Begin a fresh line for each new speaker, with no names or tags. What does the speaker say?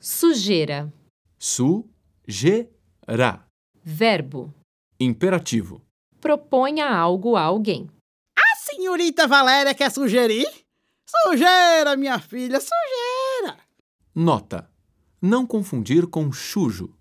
Sujeira.
Sugerar.
Verbo.
Imperativo.
Proponha algo a alguém.
A senhorita Valéria quer sugerir? Sujeira, minha filha, sujeira!
Nota: Não confundir com chujo.